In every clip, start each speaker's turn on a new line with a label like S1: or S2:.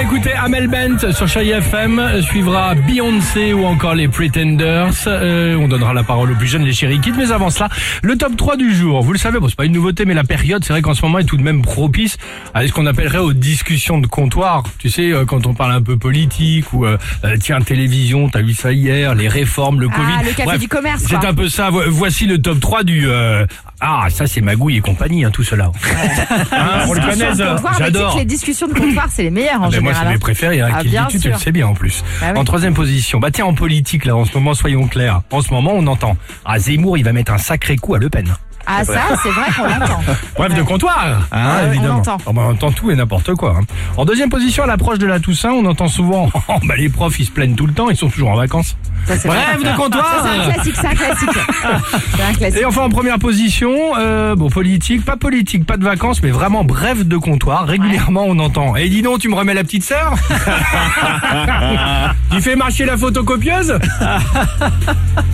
S1: écouter Amel Bent sur Chai FM, suivra Beyoncé ou encore les Pretenders. Euh, on donnera la parole aux plus jeunes, les chéris kids. Mais avant cela, le top 3 du jour. Vous le savez, bon, c'est pas une nouveauté, mais la période, c'est vrai qu'en ce moment, est tout de même propice à ce qu'on appellerait aux discussions de comptoir. Tu sais, euh, quand on parle un peu politique ou euh, euh, tiens, télévision, t'as vu ça hier, les réformes, le Covid.
S2: Ah, le café
S1: Bref,
S2: du commerce, quoi.
S1: C'est un peu ça. Vo- Voici le top 3 du... euh, Ah, ça, c'est Magouille et compagnie, hein, tout cela.
S2: Ah,
S1: Hein, on le connaît,
S2: Discussions de
S1: ça.
S2: comptoir, mais tu sais
S1: j'adore.
S2: que les discussions de comptoir, c'est les meilleures en
S1: Ah ben moi,
S2: général.
S1: c'est mes
S2: hein.
S1: préférés. Hein,
S2: Ah,
S1: qui le
S2: bien
S1: dit, tu, tu le
S2: sûr.
S1: sais bien en plus.
S2: Bah oui.
S1: En troisième position, bah tiens, en politique, là, en ce moment, soyons clairs. En ce moment, on entend Ah, Zemmour, il va mettre un sacré coup à Le Pen.
S2: Ah ça, c'est vrai qu'on l'entend.
S1: Bref, de comptoir, hein,
S2: Ah ouais, on
S1: évidemment.
S2: entend.
S1: Ah bah, on entend tout et n'importe quoi. hein. En deuxième position, à l'approche de la Toussaint, on entend souvent Oh, bah, les profs, ils se plaignent tout le temps, ils sont toujours en vacances.
S2: Ça, c'est
S1: Bref,
S2: vrai.
S1: de
S2: Ça,
S1: comptoir
S2: c'est un classique, c'est un classique. C'est un classique.
S1: Et enfin en première position, euh, bon politique, pas politique, pas de vacances, mais vraiment bref de comptoir. Régulièrement on entend. Et dis donc, tu me remets la petite sœur Tu fais marcher la photocopieuse
S2: Hein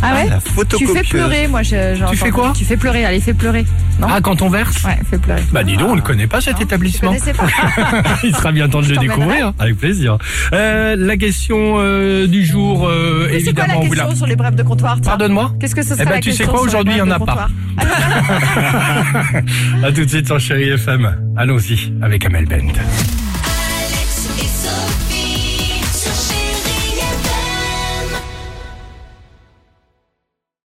S2: Ah ouais Tu
S3: photocopieuse.
S2: fais pleurer, moi, je, j'entends.
S1: fais quoi
S2: Tu fais pleurer, allez, fais pleurer. Non
S1: Ah quand on verse
S2: Ouais, fais pleurer.
S1: Bah dis donc, on ne connaît pas cet
S2: Je
S1: établissement.
S2: connaissais pas.
S1: Il sera bien temps de le
S2: t'emmènerai.
S1: découvrir, hein, avec plaisir. Euh, la question euh, du jour, euh,
S2: Mais C'est quoi la
S1: évidemment, vous la-
S2: question sur les brefs de comptoir tiens
S1: Pardonne-moi
S2: Qu'est-ce que ce serait
S1: ben,
S2: la
S1: tu sais
S2: question
S1: quoi,
S2: sur les
S1: aujourd'hui,
S2: brefs
S1: il y en
S2: de
S1: a pas.
S2: comptoir
S1: À tout de suite sur Chéri FM. Allons-y avec Amel Bent.